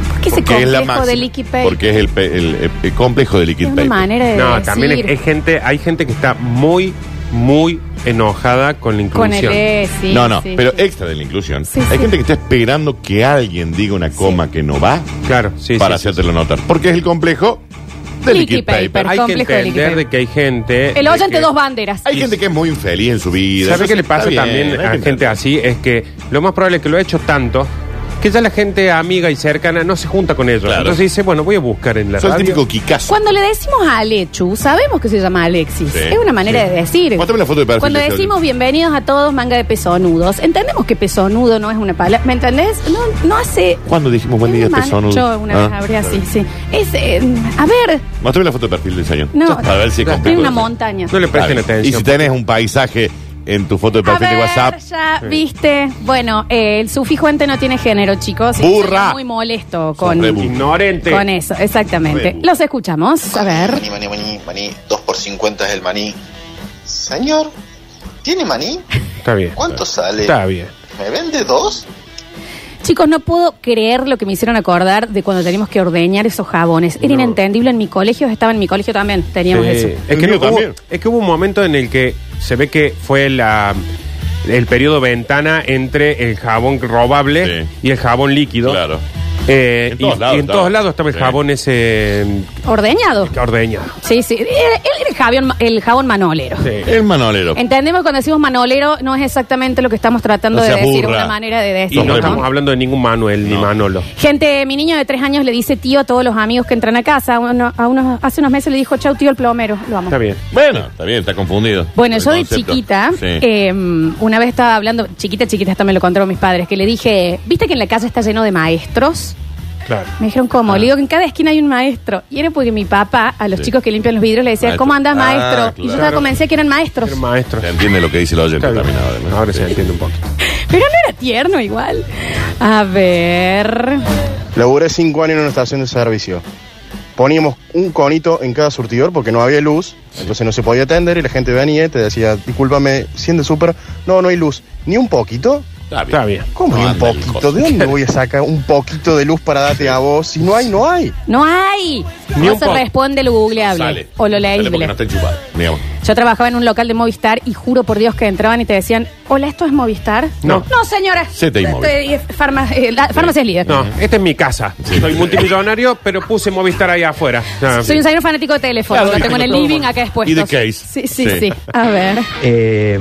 ¿Por qué ese
Porque es la
complejo de
máxima.
Liqui Pay?
Porque es el, pe- el- el- el complejo de pues. liquid
es una manera de
No,
Eh, decir.
también es, es gente, hay gente que está muy, muy enojada con la
Con el
inclusión.
E, sí.
no, no,
sí,
pero
sí.
extra de la inclusión.
Sí,
Hay
sí.
gente que está esperando que alguien diga una coma que no va
Claro, sí.
para
sí, sí.
hacértelo notar. Porque es el complejo de
Liquid
liquid,
paper.
paper.
Pero
Hay que
complejo de
entender
liquidez.
de que hay gente.
El
de
oyente
que-
dos banderas.
Hay gente que es muy infeliz en su vida.
¿Sabes
Eso
qué le
está
pasa
bien, hay
también
que
a gente
entender.
así? Es que lo más probable es que lo ha hecho tanto que ya la gente amiga y cercana no se junta con ellos.
Claro.
Entonces dice, bueno, voy a buscar en la
Sos el
radio.
típico Kikazo.
Cuando le decimos a Alechu, sabemos que se llama Alexis.
Sí,
es una manera
sí.
de decir.
Mostrame la foto de perfil
Cuando
de ese
decimos
oyente.
bienvenidos a todos, manga de pesonudos, entendemos que pesonudo no es una palabra. ¿Me entendés? No, no hace.
¿Cuándo dijimos buen
Es
día,
una man-
pesonudo?
Yo una vez
Ah,
hablé
está
así,
bien.
sí. Es, eh, a ver,
Mostrame la foto de perfil del señor.
no.
Para ver si es
Hay
complejo.
una montaña.
No le
Está
presten
bien. Y
atención.
si tenés un paisaje en tu foto de
A ver,
perfil de WhatsApp,
ya viste. Bueno, eh, el sufijo ente no tiene género, chicos. Y
Burra.
soy Muy molesto con,
Sobre burra.
Ignorante.
con eso, exactamente.
Sobre-
Los escuchamos. A ver.
Maní, maní, maní, maní. 2 por 50 es el maní. Señor, ¿tiene maní?
Está bien. *laughs*
¿Cuánto sale?
Está bien.
¿Me vende dos?
Chicos, no puedo creer lo que me hicieron acordar de cuando teníamos que ordeñar esos jabones. Era
No.
inentendible en mi colegio, estaba en mi colegio también, teníamos
Sí.
eso.
Es, que
El mío
hubo,
también.
es que hubo un momento en el que se ve que fue la el periodo ventana entre el jabón robable
Sí.
y el jabón líquido.
Claro.
Eh,
En
y-
todos
y,
lados
en
estaba.
todos lados estaba el
Sí.
jabón ese
Ordeñado.
que ordeñado.
Sí, sí. Él era el jabón, el jabón manolero.
Sí.
el manolero.
Entendemos que cuando decimos manolero no es exactamente lo que estamos tratando
No
de
seas
decir,
burra.
una manera de
Y
decir.
no
Sobre-
estamos hablando de ningún Manuel ni
No.
Manolo.
Gente, mi niño de tres años le dice tío a todos los amigos que entran a casa. Uno- a unos, hace unos meses le dijo chau tío el plomero. Lo amo.
Está bien.
Bueno, está bien, está confundido.
Bueno,
El
yo de
concepto.
chiquita,
Sí.
eh, una vez estaba hablando, chiquita, chiquita, hasta me lo contaron mis padres, que le dije, ¿viste que en la casa está lleno de maestros?
Claro.
Me dijeron, ¿cómo? Le digo que en cada esquina hay un maestro. Y era porque mi papá, a los
Ah. Sí.
chicos que limpian los vidrios, le decía,
Maestro.
¿cómo andas,
Ah,
maestro? Y yo
claro.
estaba convencida que eran maestros.
Era maestro.
Se entiende lo que dice el oyente
Está bien.
también ahora, ¿no?
Ahora se
Sí.
entiende un poquito.
Pero no era tierno igual. A ver.
Laburé cinco años en una estación de servicio. Poníamos un conito en cada surtidor porque no había luz, entonces no se podía atender y la gente venía y te decía, discúlpame, siendo súper, no, no hay luz. ¿Ni un poquito?
Está bien.
¿Cómo
No
ni un
anda el coso.
poquito? ¿De
*laughs*
dónde voy a sacar un poquito de luz para darte a vos? Si no hay, no hay.
No hay.
Ni
no
un
se
poco.
responde lo googleable
Sale.
o lo
eh. Sale porque
leíble.
no está enchufado. Digamos.
Yo trabajaba en un local de Movistar y juro por Dios que entraban y te decían, hola, ¿esto es Movistar?
No.
No, señora.
Z y Móvil.
Estoy- es farma- eh, la- Farmacia es líder.
No, esta es mi casa. Soy multimillonario, pero puse Movistar ahí afuera. Ah,
Soy un señor fanático de teléfono.
Claro,
lo tengo en el
todo
living
bueno.
acá después.
Y de case.
Sí, sí, sí,
Sí.
A ver.
Eh,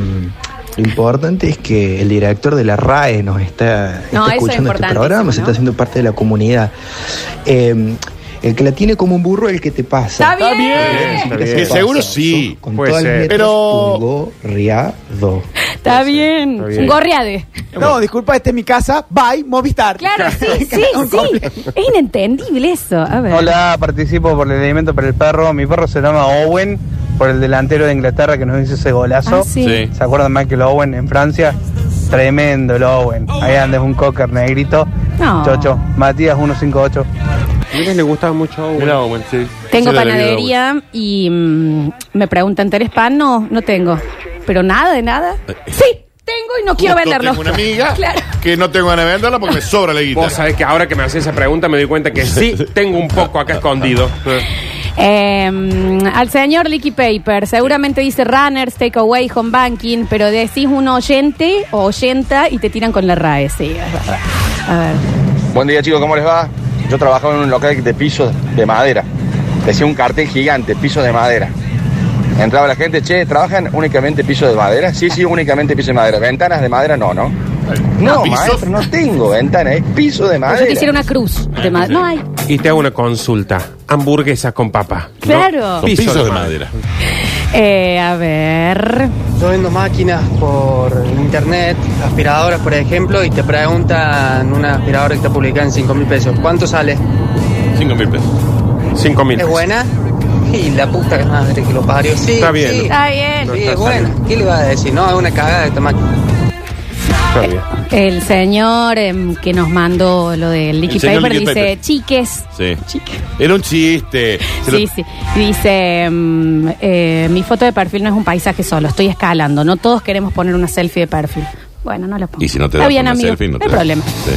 lo importante es que el director de la RAE nos está,
No, eso
está
es
escuchando este
importantísimo,
programa, se
¿no?
está haciendo parte de la comunidad. Eh, el que la tiene como un burro es el que te pasa.
Está bien.
bien.
Significa
bien.
ser
Que seguro
payaso,
sí,
Con
puede
todas las
ser.
letras,
Pero-
Pero...
Está bien.
Está bien.
Gorreade.
No, disculpa, esta es mi casa. Bye, Movistar.
Claro,
*laughs*
sí, sí, sí. Es inentendible eso. A ver.
Hola, participo por el elemento para el perro. Mi perro se llama Owen, por el delantero de Inglaterra que nos hizo ese golazo.
Ah, sí.
Sí.
¿Se acuerdan Michael Owen en Francia? Tremendo el Owen. Ahí anda, es un cocker negrito.
No.
Chocho. Matías 158.
Miren, le gustaba mucho a Owen.
Mira, Owen, sí.
Tengo
Sí, la bebida,
panadería y mm, me preguntan, ¿tenés pan? No, no tengo. Pero nada de nada. Sí, tengo y no quiero
Eh. Justo
venderlo.
Tengo una amiga
*laughs* Claro.
que no tengo ganas de venderla porque me sobra la
Vos
guita.
sabés que ahora que me haces esa pregunta me doy cuenta que sí tengo un poco acá escondido.
Eh, al señor Licky Paper, seguramente dice runners, takeaway, home banking, pero decís un oyente o oyenta y te tiran con la RAE, sí. es verdad. A ver.
Buen día chicos, ¿cómo les va? Yo trabajaba en un local de pisos de madera. Decía un cartel gigante, pisos de madera. Entraba la gente, che, ¿trabajan únicamente pisos de madera? Sí, sí, únicamente pisos de madera. ¿Ventanas de madera? No, ¿no? No,
¿Pisos?
maestro, no tengo ventana, es piso
Pero
de
Yo
madera.
te hiciera una cruz. de ma- No hay.
Y te hago una consulta. Hamburguesas con papa. ¿no?
Claro.
Son pisos de madera.
Eh, a ver.
Yo vendo máquinas por internet, aspiradoras por ejemplo, y te preguntan una aspiradora que te publican en 5 mil pesos. ¿Cuánto sale?
5 mil pesos.
Cinco mil.
¿Es
pesos.
buena? Y la puta madre que lo parió. Sí,
Está bien.
sí,
Está bien.
sí, es buena. ¿Qué le vas a decir? No, es una cagada esta máquina.
Está bien.
El señor em, que nos mandó lo del Licky
El señor
Paper
Licky
dice,
Paper.
chiques.
Sí.
Chiques.
Era un chiste. Se lo-
Sí, sí. Dice, em, eh, mi foto de perfil no es un paisaje solo, estoy escalando. No todos queremos poner una selfie de perfil. Bueno, no la pongo.
Y si no te
Está
da
bien,
una
amigo.
selfie, no
no
te
hay
da.
problema.
Sí.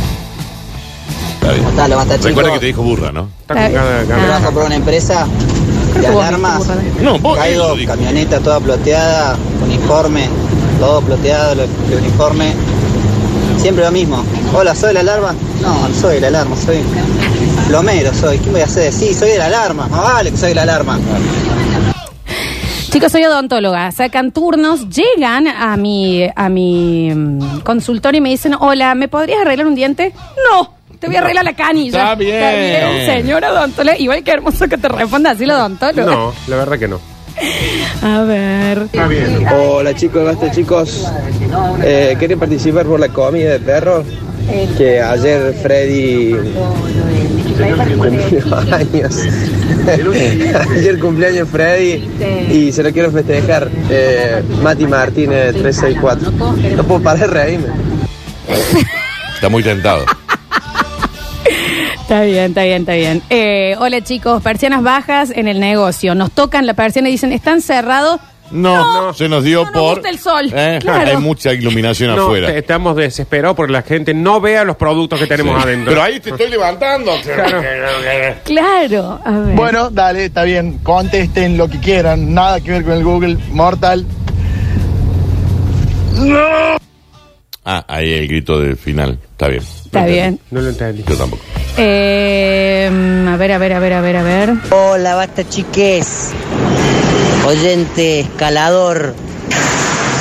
Está bien.
Basta, lo basta,
Recuerda
chicos.
que te dijo burra, ¿no?
Está con cada- cada-
Ah.
Trabaja por una empresa de
que vos
alarmas,
dijiste, vos
No, vos eso
caigo,
dijo.
camioneta toda ploteada, uniforme, todo ploteado, lo- el uniforme. Siempre lo mismo. Hola, ¿soy la alarma? No, no soy la alarma, soy plomero, soy. ¿Qué voy a hacer? Sí, soy de la alarma, más vale que soy la alarma.
Chicos, soy odontóloga. Sacan turnos, llegan a mi, a mi mm, consultorio y me dicen, hola, ¿me podrías arreglar un diente? No. Te voy a arreglar la canilla.
Está bien.
Está bien, señora odontóloga. Igual que hermoso que te responda así la odontóloga.
No, la verdad que no.
A ver.
Hola chicos, basta chicos. Eh, ¿Quieren participar por la comida de perros? Que ayer Freddy cumplió años. *laughs* ayer cumpleaños Freddy y se lo quiero festejar. Eh, Mati Martínez 364. No puedo parar de reírme.
Está muy tentado.
Está bien, está bien, está bien. Eh, hola chicos, persianas bajas en el negocio. Nos tocan la persiana y dicen, ¿están cerrados?
No,
No.
se nos dio
No nos
por.
gusta el sol,
Eh,
claro.
Hay mucha iluminación
No,
afuera.
te- estamos desesperados porque la gente no vea los productos que tenemos
Sí.
adentro.
Pero ahí te estoy levantando.
Claro. A ver.
Bueno, dale, está bien. Contesten lo que quieran. Nada que ver con el Google Mortal.
Ah, ahí el grito del final. Está bien.
está bien.
No lo entendí.
Yo tampoco.
Eh, a ver, a ver, a ver, a ver, a ver.
Hola, basta chiques. Oyente, escalador.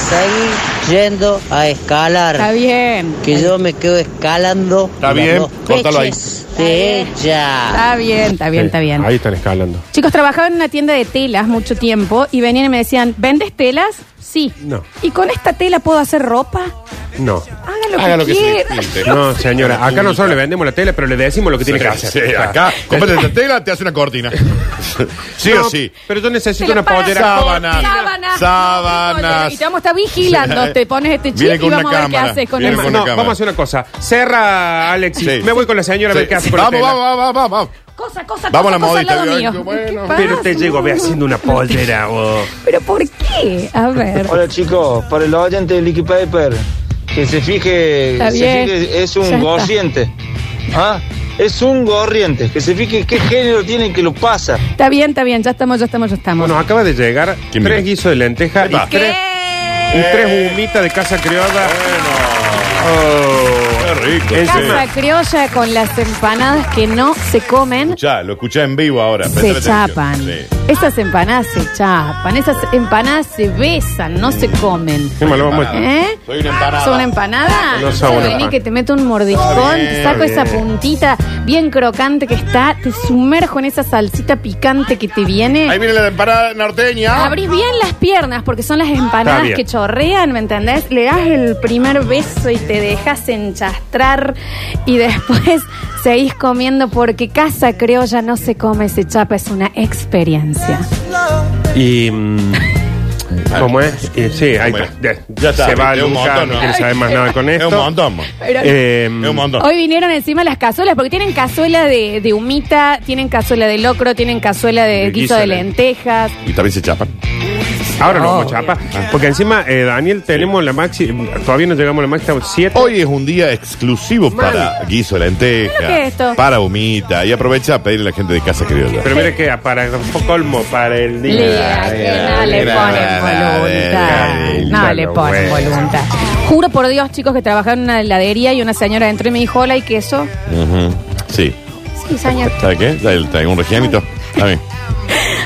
Seguí yendo a escalar.
Está bien.
Que yo me quedo escalando.
Está bien,
las dos
córtalo ahí.
peches De ella.
Está bien, está bien, está bien.
Ahí están escalando.
Chicos, trabajaba en una tienda de telas mucho tiempo y venían y me decían, ¿vendes telas? Sí.
No.
¿Y con esta tela puedo hacer ropa?
No.
Haga lo
Haga
que
lo que se le
quiera. *laughs*
pinte.
No, señora. Acá nosotros le vendemos la tele, pero le decimos lo que tiene que
Sí,
hacer.
sí, acá, cómprate esta tela, te hace una
*laughs*
cortina. sí
No,
o sí.
Pero yo necesito
Te la
una
pagas.
pollera.
Sábanas.
eh, Sábanas.
Sábanas.
Y te vamos a estar vigilando. Te pones este
Viene
chip y
con
vamos
una
a ver qué
cámara.
haces con
Viene
el
Emma,
con
mano.
una
Em, No,
cámara.
vamos a hacer una cosa. Cerra, Alexis.
Sí.
Me voy con la señora a ver
Sí.
qué hace por la
vamos,
tela.
vamos, vamos, vamos, vamos.
Cosa, cosa, cosa,
Vamos a la
cosa al
modita,
lado
ay,
mío.
qué bueno.
¿Qué
Pero te
pasa?
llego a ver haciendo una pollera. vos.
*laughs* ¿Pero por qué? A ver.
Hola chicos, para el oyente de Licky Paper, que se fije,
Está
se
bien.
fije, es
Ya
un
está.
gorriente. Ah, es un gorriente. Que se fije qué género tiene que lo pasa.
Está bien, está bien. Ya estamos, ya estamos, ya estamos.
Bueno, acaba de llegar
¿Quién
tres
vino?
guisos de lenteja y
Epa.
tres,
Eh, ¿Qué?
y tres humitas de casa criolla. Oh.
Qué rico.
Casa criolla con las empanadas que no se comen.
Ya, lo escuché en vivo ahora.
Se
presta la
chapan.
atención. Sí.
Esas empanadas se chapan. Esas empanadas se besan, no se comen.
Qué malo, vamos a-
¿Eh?
Soy una empanada. Ah,
¿Son una empanada?
No son una
Vení
empanada.
que te meto un mordiscón,
Bien,
te saco
bien.
esa puntita bien crocante que está, te sumerjo en esa salsita picante que te viene.
Ahí viene la empanada norteña.
Abrís bien las piernas porque son las
Está
empanadas
bien.
que chorrean, ¿me entendés? Le das el primer beso y te dejas enchastrar y después *laughs* seguís comiendo porque casa criolla no se come, se chapa, es una experiencia.
Y. mm, ¿Cómo es? Y sí, ahí
Bueno,
está. Ya,
ya está,
Se va
es
nunca,
un montón,
no
¿no?
quiere saber más nada con
Es
esto.
un montón.
Pero-
Eh, es un montón.
Mm. Hoy vinieron encima las cazuelas porque tienen cazuela de, de humita, tienen cazuela de locro, tienen cazuela de,
De
guiso de
guiso de-
lentejas.
Y también se chapan.
Ahora no,
Oh,
vamos, chapa. Porque encima, eh, Daniel, tenemos la maxi. Todavía no llegamos a la maxi, estamos 7.
Hoy es un día exclusivo para guiso de lenteja,
Mira lo que es esto.
para humita. Y aprovecha a pedirle a la gente de casa criolla.
Pero mira que para el colmo, para el día.
Mira, que no le ponen voluntad. No le ponen voluntad. Juro por Dios, chicos, que trabajaba en una heladería y una señora entró y me dijo, hola, ¿y queso?
Ujú, Sí.
Sí, señor.
¿Sabe qué? Dale, trae un regianito. Está bien.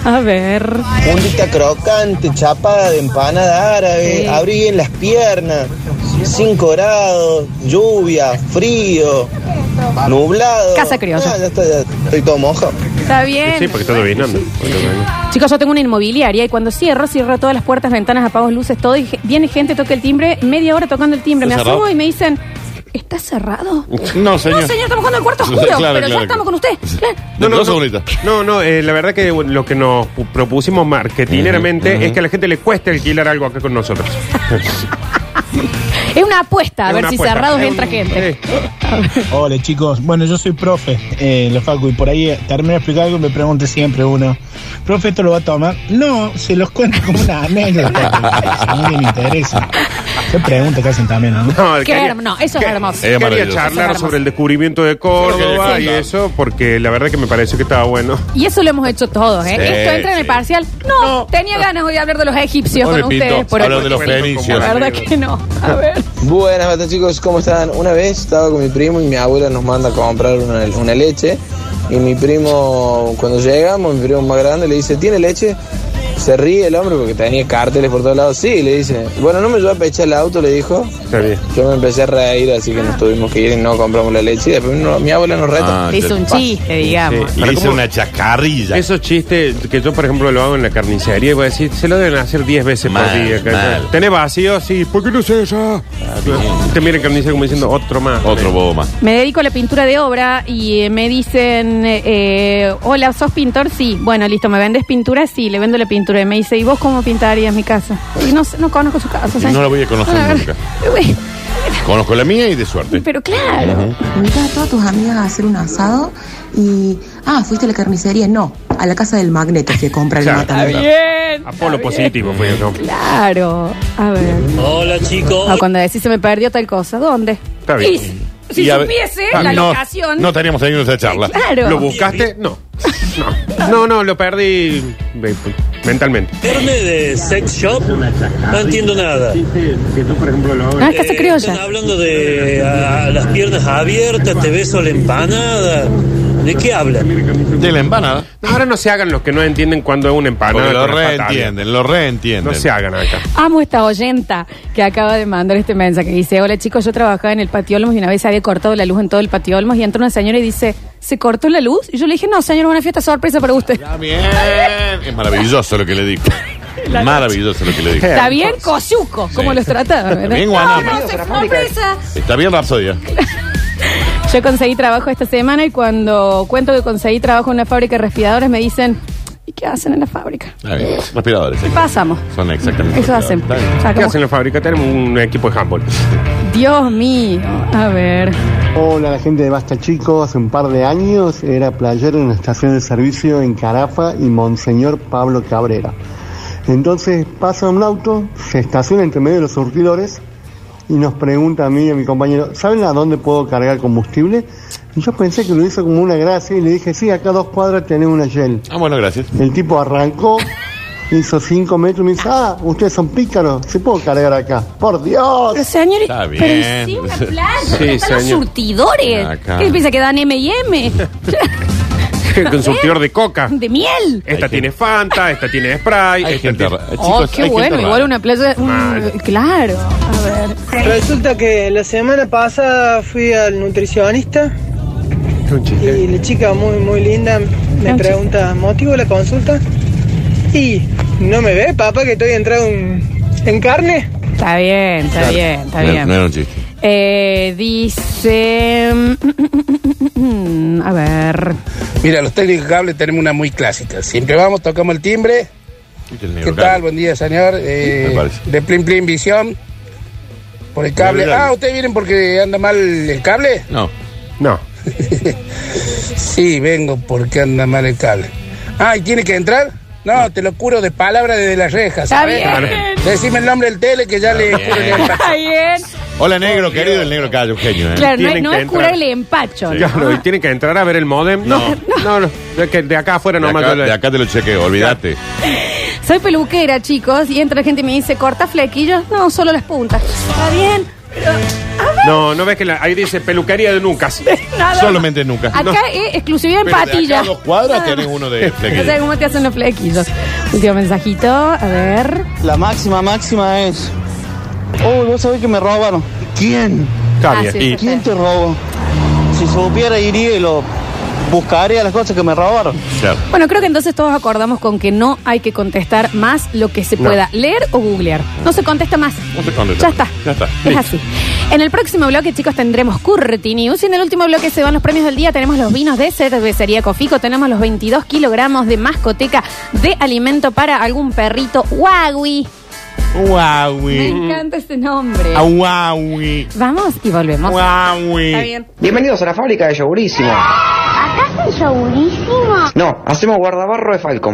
A ver.
Puntita crocante, chapada de empanada árabe, abrí bien las piernas, 5 grados, lluvia, frío, nublado.
Casa criolla.
Ah, ya estoy, ya estoy todo mojado.
Está bien.
Sí, porque está dominando.
Chicos, yo tengo una inmobiliaria y cuando cierro, cierro todas las puertas, ventanas, apago luces, todo. Y ge- viene gente, toca el timbre, media hora tocando el timbre. Me
¿Está cerrado?
asumo y me dicen, ¿está cerrado?
No, señor.
No, señor, estamos jugando al cuarto oscuro,
*laughs* Claro,
pero ya
claro.
estamos con usted. Claro.
No, no, no.
No, no, eh, la verdad que bueno, lo que nos pu- propusimos marketineramente es que a la gente le cueste alquilar algo acá con nosotros.
Es una apuesta, a
Es
ver
una
si
apuesta.
cerrados
Es un-
entra gente.
*laughs* Hola chicos, bueno yo soy profe eh, en la facu y por ahí eh, termino de explicar algo y me pregunta siempre uno, profe esto lo va a tomar, no, se los cuento como una
*laughs*
anécdota, a mí ni me interesa, qué pregunta que hacen también, ¿no?
No,
Qué hermo- no, eso es hermoso.
Quería
Eso es
charlar
hermoso.
sobre el descubrimiento de Córdoba y eso, porque la verdad que me pareció que estaba bueno.
Y eso lo hemos hecho todos, ¿eh?
Sí,
Esto entra en el parcial. No, tenía ganas hoy de hablar de los egipcios
Hoy
con
me
ustedes
pinto
por
hablar
hoy.
de los fenicios.
La verdad que no. A ver.
Buenas, basta chicos, ¿cómo están? Una vez estaba con mi primo y mi abuela nos manda a comprar una, una leche. Y mi primo, cuando llegamos, mi primo más grande le dice, ¿tiene leche? Se ríe el hombre porque tenía carteles por todos lados. Sí, le dice. Bueno, no me lleva a pechar el auto, le dijo.
Está bien.
Yo me empecé a reír, así que nos tuvimos que ir y no compramos la leche. Y después no- mi abuela nos reta.
Ah,
Le hizo un chiste, digamos.
Le hice una chacarrilla.
Esos chistes que yo, por ejemplo, lo hago en la carnicería y voy a decir, se lo deben hacer 10 veces por
Mal,
día. que-
mal.
¿Tenés vacío? Sí. ¿Por qué no se esa? Te miren carnicero como diciendo otro más. Otro
bobo más.
Me dedico a la pintura de obra y eh, me dicen, eh, eh, hola, ¿sos pintor? Sí. Bueno, listo, ¿me vendes pintura? Sí, le vendo la pintura. Y me dice, ¿y vos cómo pintarías mi casa? Y no, sé, no conozco su casa.
Y
¿sabes?
no la voy a conocer
No, la
nunca.
*laughs* Uy,
Conozco la mía y de suerte.
Pero claro.
Invita a todas tus amigas a hacer un asado y. Ah, fuiste a la carnicería. No, a la casa del magneto fui a comprar el
Está
matambre.
bien.
Apolo positivo fue eso.
Claro. A ver.
Hola, chicos.
Ah, cuando decís se me perdió tal cosa, ¿dónde?
Está
Y
bien.
si- si
Y a-
supiese
Ah,
la
no,
locación.
No estaríamos teniendo esa charla.
Claro.
¿Lo buscaste? No. No, no, no, lo perdí eh, mentalmente.
Carne de sex shop, no entiendo nada.
Ah, casa criolla.
Están hablando de ah, las piernas abiertas, te beso la empanada. ¿De qué hablan?
De la empanada.
Ahora no se hagan los que Ah, no entienden cuando es una empanada.
Porque lo
con las patas
reentienden, lo reentienden.
No se hagan acá.
Amo esta oyenta que acaba de mandar este mensaje. Dice, hola chicos, yo trabajaba en el patio Olmos y una vez había cortado la luz en todo el patio Olmos y entró una señora y dice, ¿se cortó la luz? Y yo le dije, no, señor, una fiesta sorpresa para usted.
Está bien. Es maravilloso lo que le dijo. Maravilloso lo que le
*laughs*
dijo.
¿Está bien? Cosuco, ¿cómo los trataban? ¿verdad?
bien,
no,
guanama.
no, se- sorpresa.
Está bien, ¿eh? Rapsodia.
Yo conseguí trabajo esta semana y cuando cuento que conseguí trabajo en una fábrica de respiradores me dicen, ¿y qué hacen en la fábrica?
Está bien. Respiradores.
¿Qué pasamos?
Son exactamente.
Eso hacen.
¿Qué
Sacamos-
hacen la fábrica? Tenemos un equipo
*laughs*
de handball. *laughs*
Dios mío. A ver.
Hola la gente de Basta Chico, hace un par de años era playero en una estación de servicio en Carafa y Monseñor Pablo Cabrera. Entonces pasa un auto, se estaciona entre medio de los surtidores y nos pregunta a mí y a mi compañero, ¿saben a dónde puedo cargar combustible? Y yo pensé que lo hizo como una gracia y le dije, sí, acá a dos cuadras tenés una Shell.
Ah, bueno, gracias.
El tipo arrancó,
Hizo 5 metros y me dice, ah, ustedes son pícaros, se puedo cargar acá. Por Dios.
Pero señor,
Está
pero
bien.
sí, una playa,
Sí,
pero están los
señor.
surtidores.
Acá.
¿Qué piensa que dan M&M?
Con surtidor de coca.
De miel.
Esta tiene Fanta, esta tiene Spray. esta tiene-
oh, qué bueno, igual una playa, un- claro. A ver.
Resulta que la semana pasada fui al nutricionista y la chica muy muy linda me
Era un
pregunta motivo de la consulta y no me ve papá que estoy entrado en, en carne.
Está bien, está bien, está
No-
bien.
No era un chiste.
Eh, dice. mm, A ver.
Mira, los técnicos de cable tenemos una muy clásica. Siempre vamos, tocamos el timbre. ¿Qué tal? Buen día, señor. Eh,
Me parece.
de Plim Plim Visión. Por el cable.
Dale, dale.
Ah, ¿ustedes vienen porque anda mal el cable?
No.
No.
Sí, vengo porque anda mal el cable. Ah, ¿y tiene que entrar? No, te lo curo de palabra desde las
Pues
rejas.
Está
¿sabes?
bien.
Decime el nombre del tele que ya le
Está
curo el
bien.
empacho.
Está bien.
*laughs* Hola, negro, querido. El negro calla, un genio, ¿eh?
Claro, no, es-
Tienen
no
que
es curar
entrar.
el empacho. ¿no?
Claro, y tienen que entrar a ver el modem. Ah. No, *laughs* no, no, de, que de acá afuera
De
nomás.
acá,
yo le-
de acá te lo chequeo, olvídate.
Soy peluquera, chicos, y entra gente y me dice, ¿corta flequillos? No, solo las puntas. Está bien.
No, no ves que la- ahí dice peluquería de *laughs* Nucas.
*laughs* Nada.
Solamente Nucas.
Acá es exclusividad en
Pero de acá
patilla.
a dos cuadras
Ah.
tenés uno de
No
flequillo.
sé cómo te hacen los flequillos. Último mensajito, a ver.
La máxima, máxima es. Oh, vos sabés que me robaron. ¿Quién?
Está bien.
¿Y
Ah, sí,
quién te robó? Si supiera, iría y lo buscaría las cosas que me robaron.
Bueno, creo que entonces todos acordamos con que no hay que contestar más lo que se
No.
pueda leer o googlear. No se contesta más.
No te contestes.
Ya está.
Ya está.
Es así. En el próximo bloque, chicos, tendremos Curti News. Y en el último bloque se van los premios del día. Tenemos los vinos de cervecería Cofico. Tenemos los 22 kilogramos de mascoteca de alimento para algún perrito. Wawi. Me encanta ese nombre.
Huawei.
Vamos y volvemos. Está bien.
Bienvenidos a la fábrica de yogurísimo.
¿Acaso es segurísimo?
No, hacemos guardabarro de Falcon.